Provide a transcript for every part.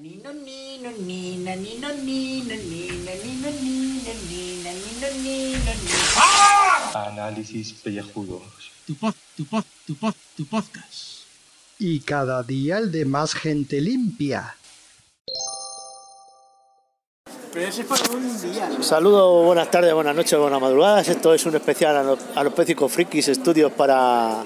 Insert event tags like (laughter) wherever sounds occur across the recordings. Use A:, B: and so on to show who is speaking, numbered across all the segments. A: Nino, nino, nina, nino, nino, nina, nino, nino, nina, nino, nino, nino.
B: Análisis pellejudos.
C: Tu pod, tu pod, tu pod, tu podcast.
D: Y cada día el de más gente limpia.
A: Pero eso es para un día, ¿no?
E: Saludos, buenas tardes, buenas noches, buenas madrugadas. Esto es un especial a los, a los Pécicos Frikis Estudios para,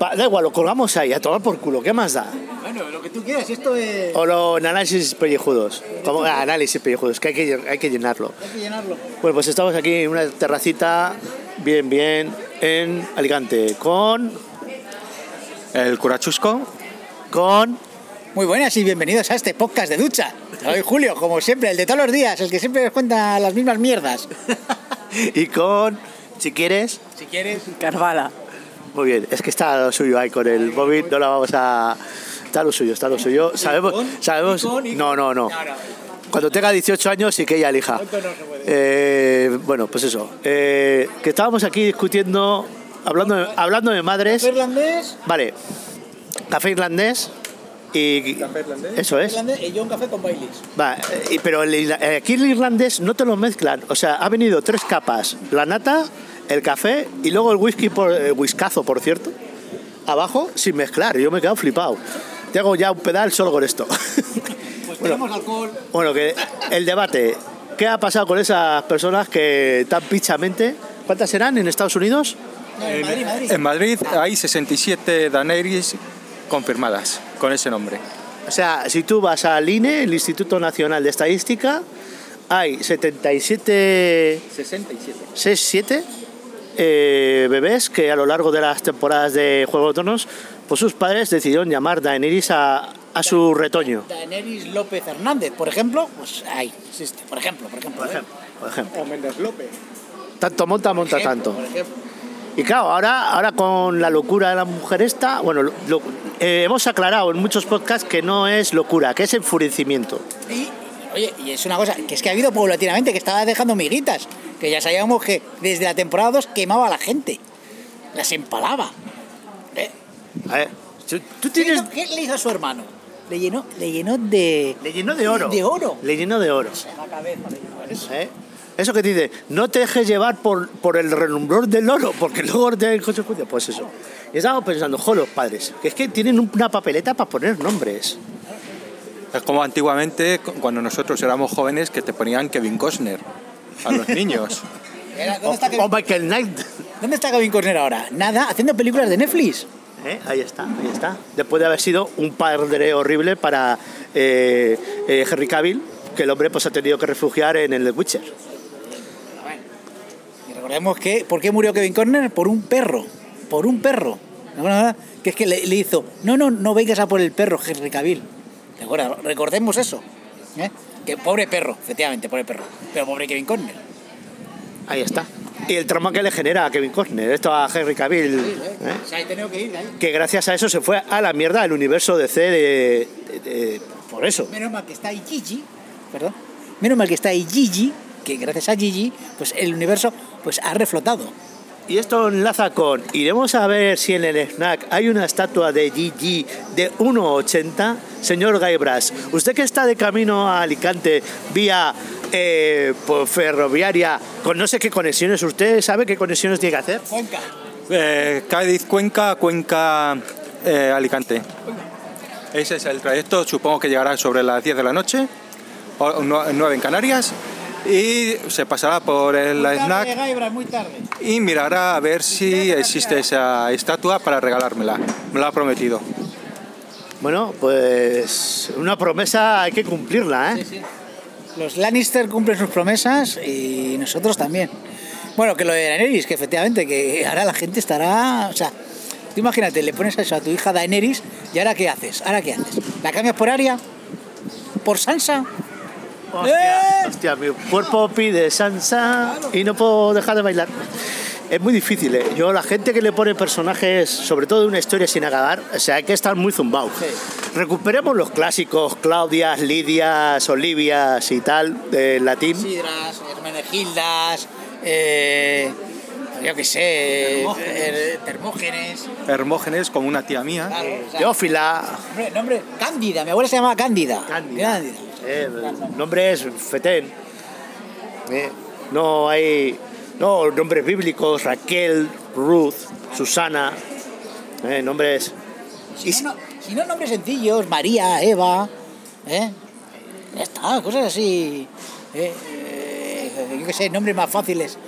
E: pa- Da igual, lo colgamos ahí, a tomar por culo, ¿qué más da?
A: Bueno, lo que tú quieras, esto es...
E: O lo en análisis pellejudos. Como, ah, análisis pellejudos, que hay que, llen- hay que llenarlo.
A: Hay que llenarlo.
E: Bueno, pues estamos aquí en una terracita, bien, bien, en Alicante, con.
F: El curachusco.
E: con.
A: Muy buenas y bienvenidos a este podcast de ducha. Soy Julio, como siempre, el de todos los días, el que siempre os cuenta las mismas mierdas.
E: y con. si quieres.
A: Si quieres...
G: Carvala.
E: Muy bien, es que está lo suyo ahí con el móvil, no la vamos a. Está lo suyo, está lo suyo. Sabemos. sabemos no, no, no. Cuando tenga 18 años sí que ella elija. Eh, bueno, pues eso. Eh, que estábamos aquí discutiendo, hablando de, hablando de madres.
A: Irlandés,
E: Vale, café irlandés y. ¿Café irlandés? Eso es.
A: irlandés y yo un café con Baileys.
E: Va, eh, y- pero el irla- eh, aquí el irlandés no te lo mezclan. O sea, ha venido tres capas: la nata, el café y luego el whisky, por, el whiskazo, por cierto, abajo sin mezclar. Yo me he quedado flipado. Tengo ya un pedal solo con esto. (laughs)
A: Pues
E: Bueno.
A: tenemos alcohol.
E: Bueno, que el debate. ¿Qué ha pasado con esas personas que tan pichamente... ¿Cuántas serán en Estados Unidos?
A: No,
E: Eh,
A: en Madrid, Madrid.
F: En Madrid hay 67 Daenerys confirmadas con ese nombre.
E: O sea, si tú vas al INE, el Instituto Nacional de Estadística, hay 77...
F: 67.
E: 6-7 eh, bebés que a lo largo de las temporadas de Juego de Tronos, pues sus padres decidieron llamar Daenerys a, a su retoño.
A: Daenerys López Hernández, por ejemplo, pues ahí existe. Por ejemplo, por ejemplo.
E: Por ejemplo, por ejemplo.
A: O Méndez López.
E: Tanto monta, monta tanto.
A: Por ejemplo.
E: Y claro, ahora, ahora con la locura de la mujer esta, bueno, lo- lo- eh, hemos aclarado en muchos podcasts que no es locura, que es enfurecimiento.
A: Y, oye, y es una cosa, que es que ha habido paulatinamente, que estaba dejando miguitas, que ya sabíamos que desde la temporada 2 quemaba a la gente, las empalaba. ¿Eh?
E: A ver, tú, tú
A: ¿Qué,
E: tienes...
A: hizo- qué le hizo a su hermano? Le llenó, le llenó de...
E: Le llenó de oro.
A: De oro.
E: Le llenó de oro.
A: La cabeza le llenó de eso.
E: ¿eh? Eso que te dice, no te dejes llevar por, por el relumbror del oro, porque luego te consecuencias. Pues eso. Y estábamos pensando, jo, los padres, que es que tienen un- una papeleta para poner nombres.
F: Es como antiguamente, cu- cuando nosotros éramos jóvenes, que te ponían Kevin Costner a los niños.
A: Era-
E: O,
A: ¿Dónde está,
E: o
A: Kevin,
E: Michael Knight.
A: ¿Dónde está Kevin Costner ahora? Nada, haciendo películas de Netflix.
E: ¿Eh? Ahí está, ahí está. Después de haber sido un padre horrible para eh, eh, Henry Cavill, que el hombre pues, ha tenido que refugiar en el The Witcher.
A: Y recordemos que, ¿por qué murió Kevin Corner? Por un perro. Por un perro. ¿No me acuerdo? Que es que le, le hizo, no, no, no vengas a por el perro, Henry Cavill. ¿Te acuerdas? Recordemos eso. ¿eh? Que pobre perro, efectivamente, pobre perro. Pero pobre Kevin Corner.
E: Ahí está. Y el trauma que le genera a Kevin Costner, esto a Henry Cavill. ¿eh?
A: O sea, he tenido que ir ahí.
E: que gracias a eso se fue a la mierda el universo DC de, de- de- por eso.
A: Menos mal que está ahí Gigi, perdón. Menos mal que está ahí Gigi, que gracias a Gigi, pues el universo pues ha reflotado.
E: Y esto enlaza con, iremos a ver si en el snack hay una estatua de Gigi de 1,80. Señor Gaibras, usted que está de camino a Alicante vía eh, por ferroviaria, con no sé qué conexiones, ¿usted sabe qué conexiones tiene que hacer?
A: Cuenca.
F: Eh, Cádiz, Cuenca, Cuenca, eh, Alicante. Ese es el trayecto, supongo que llegará sobre las 10 de la noche, o 9 en Canarias, y se pasará por el snack
A: muy tarde.
F: y mirará a ver si existe esa estatua para regalármela. Me lo ha prometido.
E: Bueno, pues una promesa hay que cumplirla, ¿eh?
A: Los Lannister cumplen sus promesas y nosotros también. Bueno, que lo de Daenerys, que efectivamente, que ahora la gente estará... O sea, tú imagínate, le pones eso a tu hija Daenerys y ahora qué haces, ahora qué haces. ¿La cambias por Aria? ¿Por Sansa?
E: Hostia,
A: ¡Eh!
E: hostia, mi cuerpo pide Sansa y no puedo dejar de bailar. Es muy difícil, ¿eh? Yo, la gente que le pone personajes, sobre todo de una historia sin acabar, o sea, hay que estar muy zumbado. Recuperemos los clásicos, Claudias, Lidias, Olivias y tal, del latín.
A: Sidras, Hermenegildas, eh, yo qué sé, eh, Termógenes. eh,
F: Hermógenes, como una tía mía.
A: claro, o sea,
E: Teófila.
A: nombre, nombre, Cándida, mi abuela se llamaba Cándida.
E: Cándida. Eh, el nombre es Fetén. Eh, no hay. No, nombres bíblicos: Raquel, Ruth, Susana. Eh, nombres.
A: Si no, no- si no, nombres sencillos, María, Eva, ¿eh? Ya está, cosas así. ¿eh? Eh, yo qué sé, nombres más fáciles.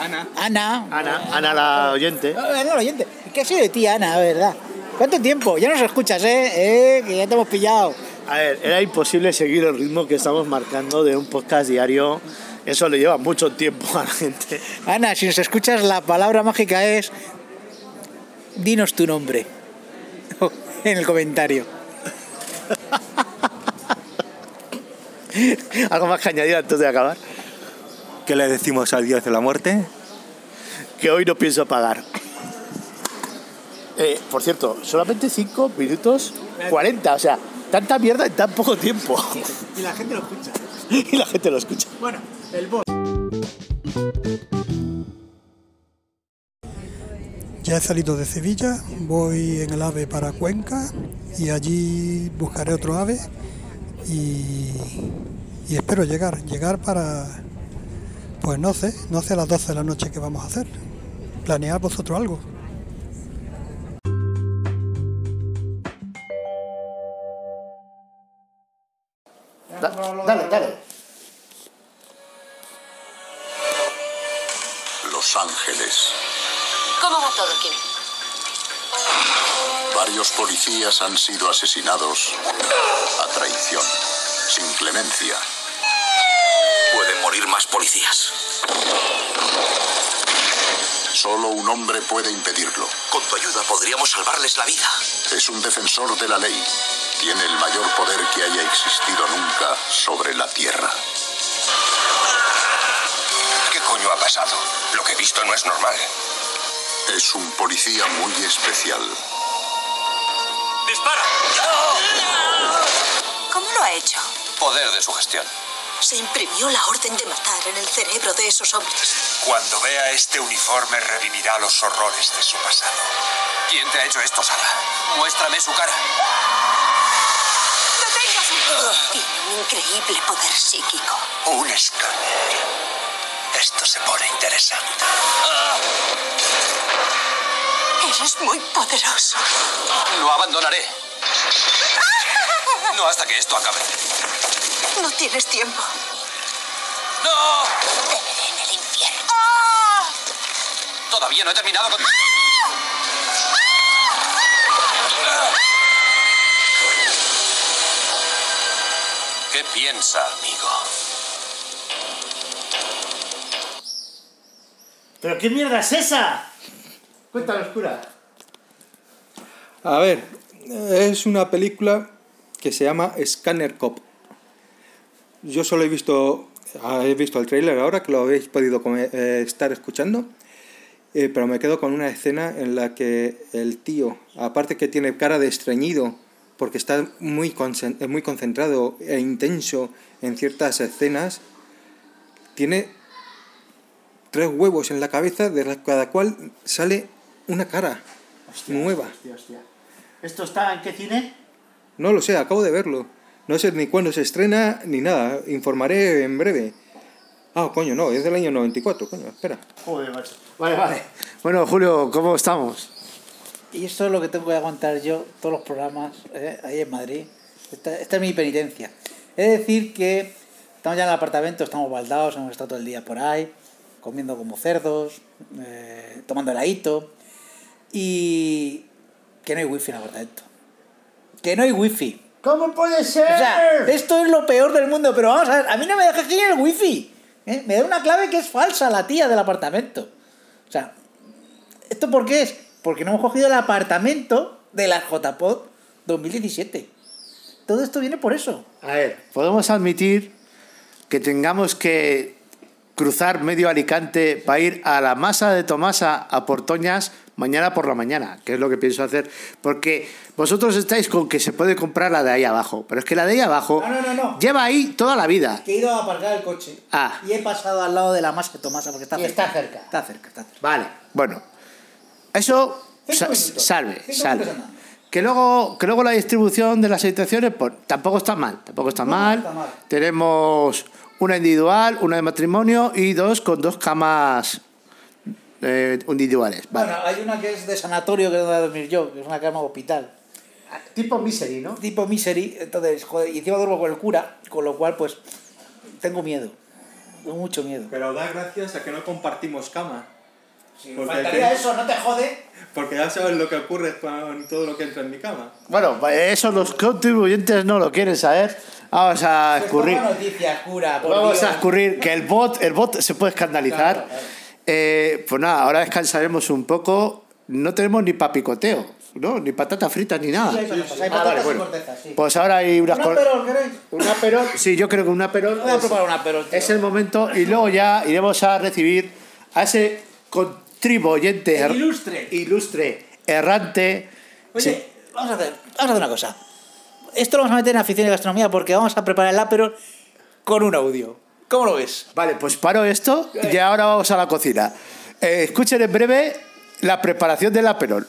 F: Ana.
A: Ana.
E: Ana, Ana la oyente.
A: Ah, Ana, la oyente. ¿Qué ha sido de ti, Ana, verdad? ¿Cuánto tiempo? Ya nos escuchas, ¿eh? ¿Eh? Que ya te hemos pillado.
E: A ver, era imposible seguir el ritmo que estamos marcando de un podcast diario. Eso le lleva mucho tiempo a la gente. (laughs)
A: Ana, si nos escuchas, la palabra mágica es. Dinos tu nombre. (laughs) en el comentario.
E: Algo más que añadir antes de acabar.
F: ¿Qué le decimos al dios de la muerte?
E: que hoy no pienso pagar. Eh, por cierto, solamente 5 minutos 40, o sea, tanta mierda en tan poco tiempo.
A: Y la gente lo escucha.
E: (laughs) y la gente lo escucha.
A: Bueno, el bot.
G: Ya he salido de Sevilla, voy en el AVE para Cuenca y allí buscaré otro AVE y, y espero llegar, llegar para, pues no sé, no sé a las 12 de la noche qué vamos a hacer. Planear vosotros algo.
E: Da- dale, dale.
H: Los Ángeles.
I: ¿Cómo va todo, Kim?
H: Varios policías han sido asesinados a traición, sin clemencia. Pueden morir más policías. Solo un hombre puede impedirlo. Con tu ayuda podríamos salvarles la vida. Es un defensor de la ley. Tiene el mayor poder que haya existido nunca sobre la Tierra. ¿Qué coño ha pasado? Lo que he visto no es normal. Es un policía muy especial.
J: ¡Dispara!
I: ¿Cómo lo ha hecho?
J: Poder de sugestión.
I: Se imprimió la orden de matar en el cerebro de esos hombres.
J: Cuando vea este uniforme revivirá los horrores de su pasado. ¿Quién te ha hecho esto, Sara? Muéstrame su cara.
I: ¡Deténgase! Tiene un increíble poder psíquico.
J: Un escáner. Esto se pone interesante.
I: Eres muy poderoso.
J: Lo abandonaré. No hasta que esto acabe.
I: No tienes tiempo.
J: ¡No! ¡Ah!
I: Te veré en el infierno.
J: Todavía no he terminado con... ¿Qué piensa, amigo?
E: ¿Pero qué mierda es esa? Cuéntanos, cura.
F: A ver, es una película que se llama Scanner Cop. Yo solo he visto, ah, he visto el tráiler ahora que lo habéis podido come- eh, estar escuchando, eh, pero me quedo con una escena en la que el tío, aparte que tiene cara de estreñido, porque está muy, concen- eh, muy concentrado e intenso en ciertas escenas, tiene tres huevos en la cabeza de la- cada cual sale una cara nueva.
E: ¿Esto está en qué cine?
F: No lo sé, acabo de verlo. No sé ni cuándo se estrena ni nada. Informaré en breve. Ah, coño, no, es del año 94, coño, espera.
E: Joder, macho. Vale, vale. Bueno, Julio, ¿cómo estamos?
A: Y esto es lo que tengo que aguantar yo, todos los programas, eh, ahí en Madrid. Esta, esta es mi penitencia. Es decir, que estamos ya en el apartamento, estamos baldados, hemos estado todo el día por ahí, comiendo como cerdos, eh, tomando heladito. Y que no hay wifi en el apartamento. Que no hay wifi.
E: ¿Cómo puede ser?
A: O sea, esto es lo peor del mundo, pero vamos a ver, a mí no me deja aquí el wifi. ¿eh? Me da una clave que es falsa la tía del apartamento. O sea, ¿esto por qué es? Porque no hemos cogido el apartamento de la JPod 2017. Todo esto viene por eso.
E: A ver, podemos admitir que tengamos que cruzar medio Alicante para ir a la masa de Tomasa a Portoñas mañana por la mañana, que es lo que pienso hacer. Porque vosotros estáis con que se puede comprar la de ahí abajo, pero es que la de ahí abajo
A: No, no, no, no.
E: lleva ahí toda la vida.
A: Que he ido a aparcar el coche.
E: Ah.
A: Y he pasado al lado de la masa Tomasa porque está
K: Y
A: cerca.
K: está cerca.
A: Está cerca, está cerca.
E: Vale, bueno. Eso
A: Cinco
E: sa-
A: minutos.
E: salve,
A: Cinco
E: salve.
A: minutos andando.
E: Que luego, que luego la distribución de las situaciones pues, tampoco está mal, tampoco está,
A: No, no
E: mal.
A: está mal.
E: Tenemos una individual, una de matrimonio y dos con dos camas eh, individuales. Vale.
A: Bueno, hay una que es de sanatorio que es donde voy a dormir yo, que es una cama hospital.
E: tipo misery, ¿no?
A: Tipo misery, entonces, joder, y encima duermo con el cura, con lo cual, pues, tengo miedo. Tengo mucho miedo.
F: Pero da gracias a que no compartimos cama. porque,
A: eso, no te jode. Pues
F: porque ya sabes lo que ocurre con todo lo que entra en mi cama.
E: Bueno, eh, eso los contribuyentes no lo quieren saber. Vamos a
A: Pues
E: escurrir.
A: noticias, cura, por
E: Vamos a
A: Dios.
E: escurrir, que el bot, el bot se puede escandalizar.
A: Claro, claro.
E: Eh, pues nada, ahora descansaremos un poco. No tenemos ni papicoteo, ¿no? Ni patata frita ni nada.
A: Sí, hay patatas, hay
E: Ah,
A: patatas
E: vale,
A: y
E: bueno.
A: cortezas, sí.
E: Pues ahora hay unas
A: ¿Un
E: cor-
A: aperol queréis?
E: Un aperol, sí, yo creo que un aperol.
A: Voy a
E: es-
A: probar un aperol, tío.
E: Es el momento y luego ya iremos a recibir a ese contribuyente
A: El
E: her-
A: ilustre.
E: ilustre, errante.
A: Oye,
E: Sí.
A: vamos a hacer, vamos a hacer una cosa. Esto lo vamos a meter en afición de gastronomía porque vamos a preparar el aperol con un audio. ¿Cómo lo ves?
E: Vale, pues paro esto y ahora vamos a la cocina. Eh, escuchen en breve la preparación del aperol.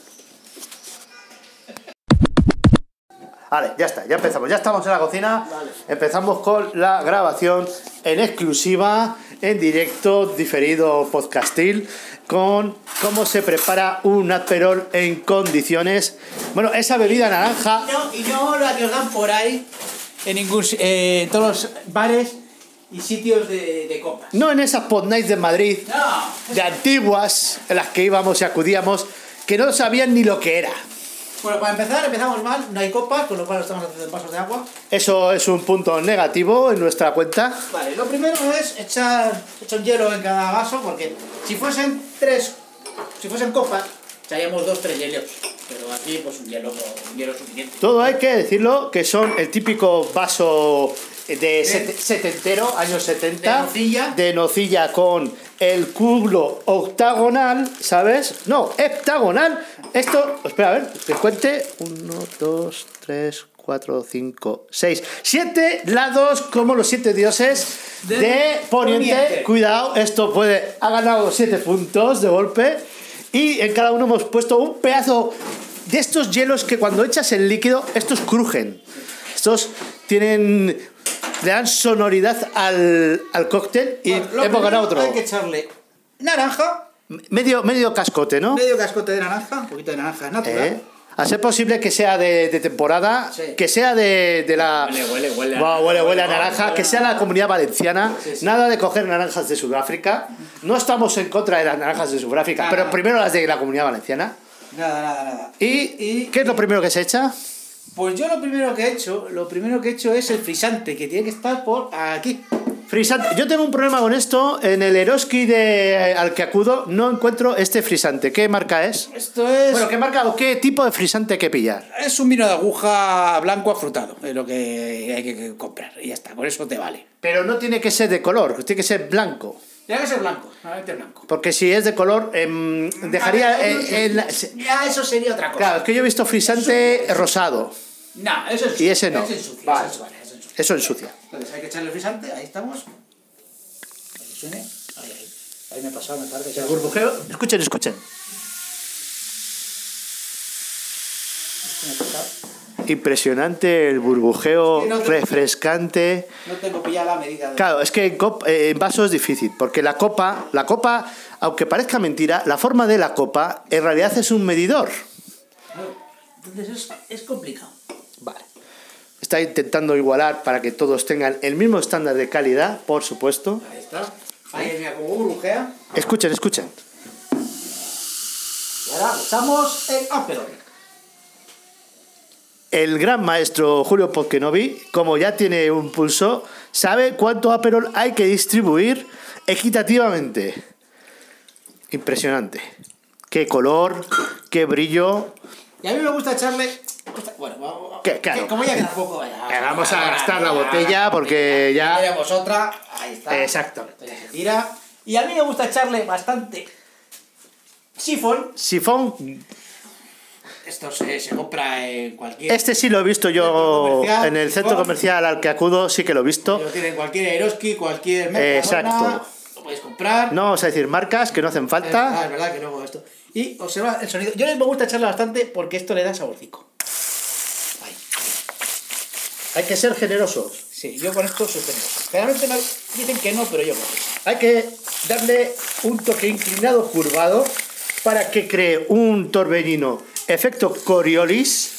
E: Vale, ya está, ya empezamos. Ya estamos en la cocina. Empezamos con la grabación en exclusiva, en directo, diferido podcastil, con cómo se prepara un aperol en condiciones. Bueno, esa bebida naranja
A: No, y no la que os dan por ahí en, ningún, si- eh, en todos los bares y sitios de, de copas.
E: No en esas pod nights de Madrid,
A: No.
E: de antiguas, en las que íbamos y acudíamos, que no sabían ni lo que era.
A: Bueno, para empezar, empezamos mal, no hay copas, con lo cual lo estamos haciendo en vasos de agua.
E: Eso es un punto negativo en nuestra cuenta.
A: Vale, lo primero es echar, echar un hielo en cada vaso, porque si fuesen tres, si fuesen copas, echaríamos dos, tres hielos. Pero aquí, pues un hielo, un hielo suficiente.
E: Todo hay que decirlo que son el típico vaso de set- setentero, años 70.
A: De nocilla.
E: De nocilla con el culo octagonal, ¿sabes? No, heptagonal. Esto, espera, a ver, que cuente. 1, 2, 3, 4, 5, 6, 7 lados como los siete dioses de,
A: Del
E: poniente.
A: poniente.
E: Cuidado, esto puede. Ha ganado 7 puntos de golpe. Y en cada uno hemos puesto un pedazo de estos hielos que cuando echas el líquido, estos crujen. Estos tienen. Le dan sonoridad al, al cóctel y
A: Bueno, lo
E: hemos
A: primero
E: ganado otro.
A: Hay que echarle naranja,
E: Medio, medio cascote, ¿no?
A: medio cascote de naranja, un poquito de naranja natural.
E: ¿Eh? A ser posible que sea de, de temporada,
A: Sí.
E: que sea de, de la.
A: Huele, huele, huele a
E: Buah,
A: naranja,
E: huele, huele a
A: huele,
E: naranja,
A: huele a
E: que sea la comunidad valenciana. Nada de coger naranjas de Sudáfrica. No estamos en contra de las naranjas de Sudáfrica,
A: Nada.
E: pero primero las de la comunidad valenciana.
A: Nada, nada, nada.
E: ¿Y,
A: Y-
E: qué es lo primero que se echa?
A: Pues yo lo primero que he hecho, lo primero que he hecho es el frisante, que tiene que estar por aquí.
E: Frisante. Yo tengo un problema con esto. En el Eroski de, eh, al que acudo no encuentro este frisante. ¿Qué marca es?
A: Esto es.
E: Bueno, ¿qué marca o qué tipo de frisante hay que pillar?
A: Es un vino de aguja blanco afrutado, es lo que hay que- que comprar. Y ya está, con eso te vale.
E: Pero no tiene que ser de color, tiene que ser blanco.
A: Tiene que ser blanco, normalmente blanco.
E: Porque si es de color, em, dejaría.
A: A ver,
E: eh, en la- se-
A: Ya eso sería otra cosa.
E: claro, es que yo he visto frisante rosado.
A: No, eso es
E: Y ese no.
A: Eso es sucio,
E: Vale.
A: eso es- vale, eso es sucio.
E: Eso ensucia.
A: Entonces hay que echarle el frisante, ahí estamos. Para que suene. Ahí, ahí. Ahí me he pasado, me parece. que ya-
E: Escuchen, escuchen.
A: me he pasado.
E: Impresionante el burbujeo,
A: Sí, no te-
E: refrescante.
A: No tengo pillada la medida. de-
E: Claro, es que en, cop- eh, en vaso es difícil, porque la copa, la copa, aunque parezca mentira, la forma de la copa en realidad es un medidor.
A: Entonces es, es complicado.
E: Vale. Está intentando igualar para que todos tengan el mismo estándar de calidad, por supuesto.
A: Ahí está. Ahí mira, como burbujea.
E: Escuchen, escuchen.
A: Y ahora echamos el aperol.
E: El gran maestro Julio Pozkenovi, como ya tiene un pulso, sabe cuánto Aperol hay que distribuir equitativamente. Impresionante. Qué color, qué brillo.
A: Y a mí me gusta echarle. gusta- Bueno, vamos.
E: Que, claro.
A: que Como ya queda poco, vaya.
E: Eh, Vamos a
A: Ahora,
E: gastar la
A: ahora,
E: botella
A: ah,
E: porque ya...
A: Tenemos otra. Ahí está.
E: Exactamente.
A: Esto ya se tira. Y a mí me gusta echarle bastante Sifón.
E: Sifón.
A: Esto se, se compra en cualquier.
E: Este sí lo he visto yo
A: comercial,
E: en el centro
A: sifón.
E: comercial al que acudo, sí que lo he visto.
A: Lo tiene en cualquier Eroski, cualquier Mercadona,
E: Exacto.
A: Lo podéis comprar.
E: No vamos a decir marcas que no hacen
A: Ah,
E: falta.
A: es verdad que no hago esto. Y observa el sonido. Yo les me gusta echarlo bastante porque esto le da saborcico.
E: Hay que ser generosos.
A: Sí, yo con esto soy generoso. Generalmente me dicen que no, pero yo creo que sí.
L: Hay que darle un toque inclinado curvado.
E: Para que cree un torbellino efecto Coriolis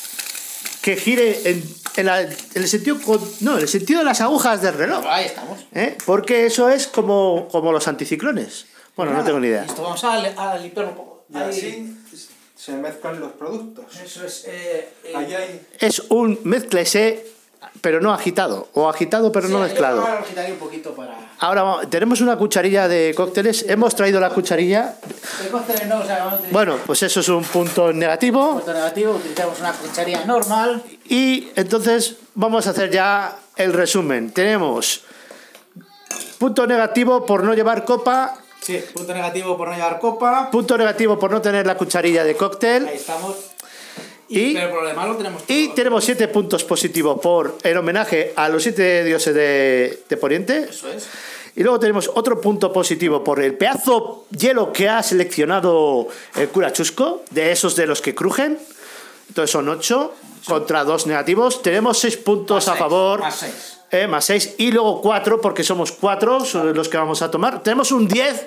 E: que gire en, en la- en el sentido con- no, en el sentido de las agujas del reloj.
A: Ahí estamos.
E: ¿eh? Porque eso es como, como los anticiclones. Bueno, no
A: Nada,
E: tengo ni idea.
A: Listo, vamos a, li- a limpiar un poco.
F: Y
A: Ahí.
F: así se mezclan los productos.
A: Eso es. eh, eh,
F: Ahí hay
E: Es un mezclese, pero no agitado. O agitado, pero
A: sí,
E: no
A: yo
E: mezclado.
A: Ahora lo quitaré un poquito para.
E: Ahora vamos- tenemos una cucharilla de cócteles. Hemos traído la cucharilla.
A: El cóctel no, o sea, vamos a utilizar
E: Bueno, pues eso es un punto
A: un
E: negativo.
A: punto negativo, utilizamos una cucharía normal.
E: Y entonces vamos a hacer ya el resumen. Tenemos punto negativo por no llevar copa,
A: Sí, punto negativo por no llevar copa.
E: punto negativo por no tener la cucharilla de cóctel
A: Ahí estamos.
E: y,
A: Pero por lo demás lo tenemos todo.
E: y tenemos siete puntos positivos por el homenaje a los siete dioses de, de Poniente.
A: Eso es.
E: Y luego tenemos otro punto positivo por el pedazo hielo que ha seleccionado el cura Chusco, de esos de los que crujen. Entonces son 8 contra 2 negativos. Tenemos 6 puntos
A: Más
E: a
A: seis,
E: favor.
A: más seis.
E: eh, más 6. Y luego 4, porque somos 4 sobre los que vamos a tomar. Tenemos un 10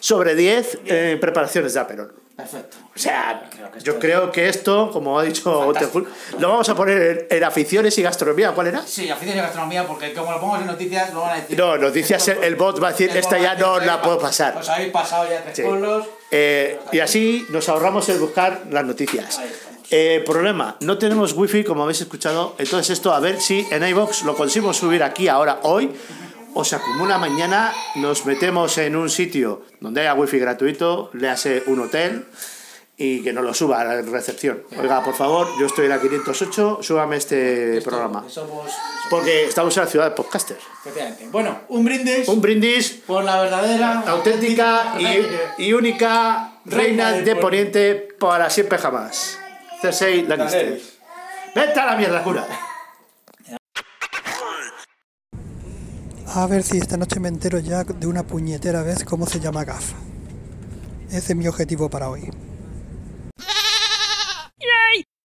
E: sobre 10 en preparaciones de Aperol.
A: Perfecto.
E: O sea,
A: que
E: yo
A: esto-
E: creo que esto, como ha dicho
A: Fantástico.
E: Oteful, lo vamos a poner en, en aficiones y gastronomía. ¿Cuál era?
A: Sí, aficiones de gastronomía, porque como lo pongo en noticias, no van a decir.
E: No, noticias, el- el bot va a decir,
A: El
E: "Esta
A: bot va
E: ya
A: a decir,
E: no
A: "Os
E: la
A: habéis
E: puedo
A: pa-
E: pasar".
A: Os habéis pasado ya tres
E: Sí.
A: pueblos.
E: Eh, y así nos ahorramos el buscar las noticias. Eh, problema, no tenemos wifi como habéis escuchado, entonces esto a ver si en iBox lo conseguimos subir aquí ahora hoy o se acumula mañana, nos metemos en un sitio donde haya wifi gratuito, le hace un hotel y que no lo suba a la recepción. Oiga, por favor, yo estoy en la 508, súbame este programa.
A: Que Somos.
E: Porque estamos en la ciudad de podcaster.
A: Efectivamente. Bueno, un brindis
E: Un brindis
A: por la verdadera.
E: auténtica y, y única reina de Poniente para siempre jamás. Cersei Lannister.
F: Daenerys.
E: Vete a la mierda, cura.
G: A ver si esta noche me entero ya de una puñetera vez cómo se llama Gaf. Ese es mi objetivo para hoy.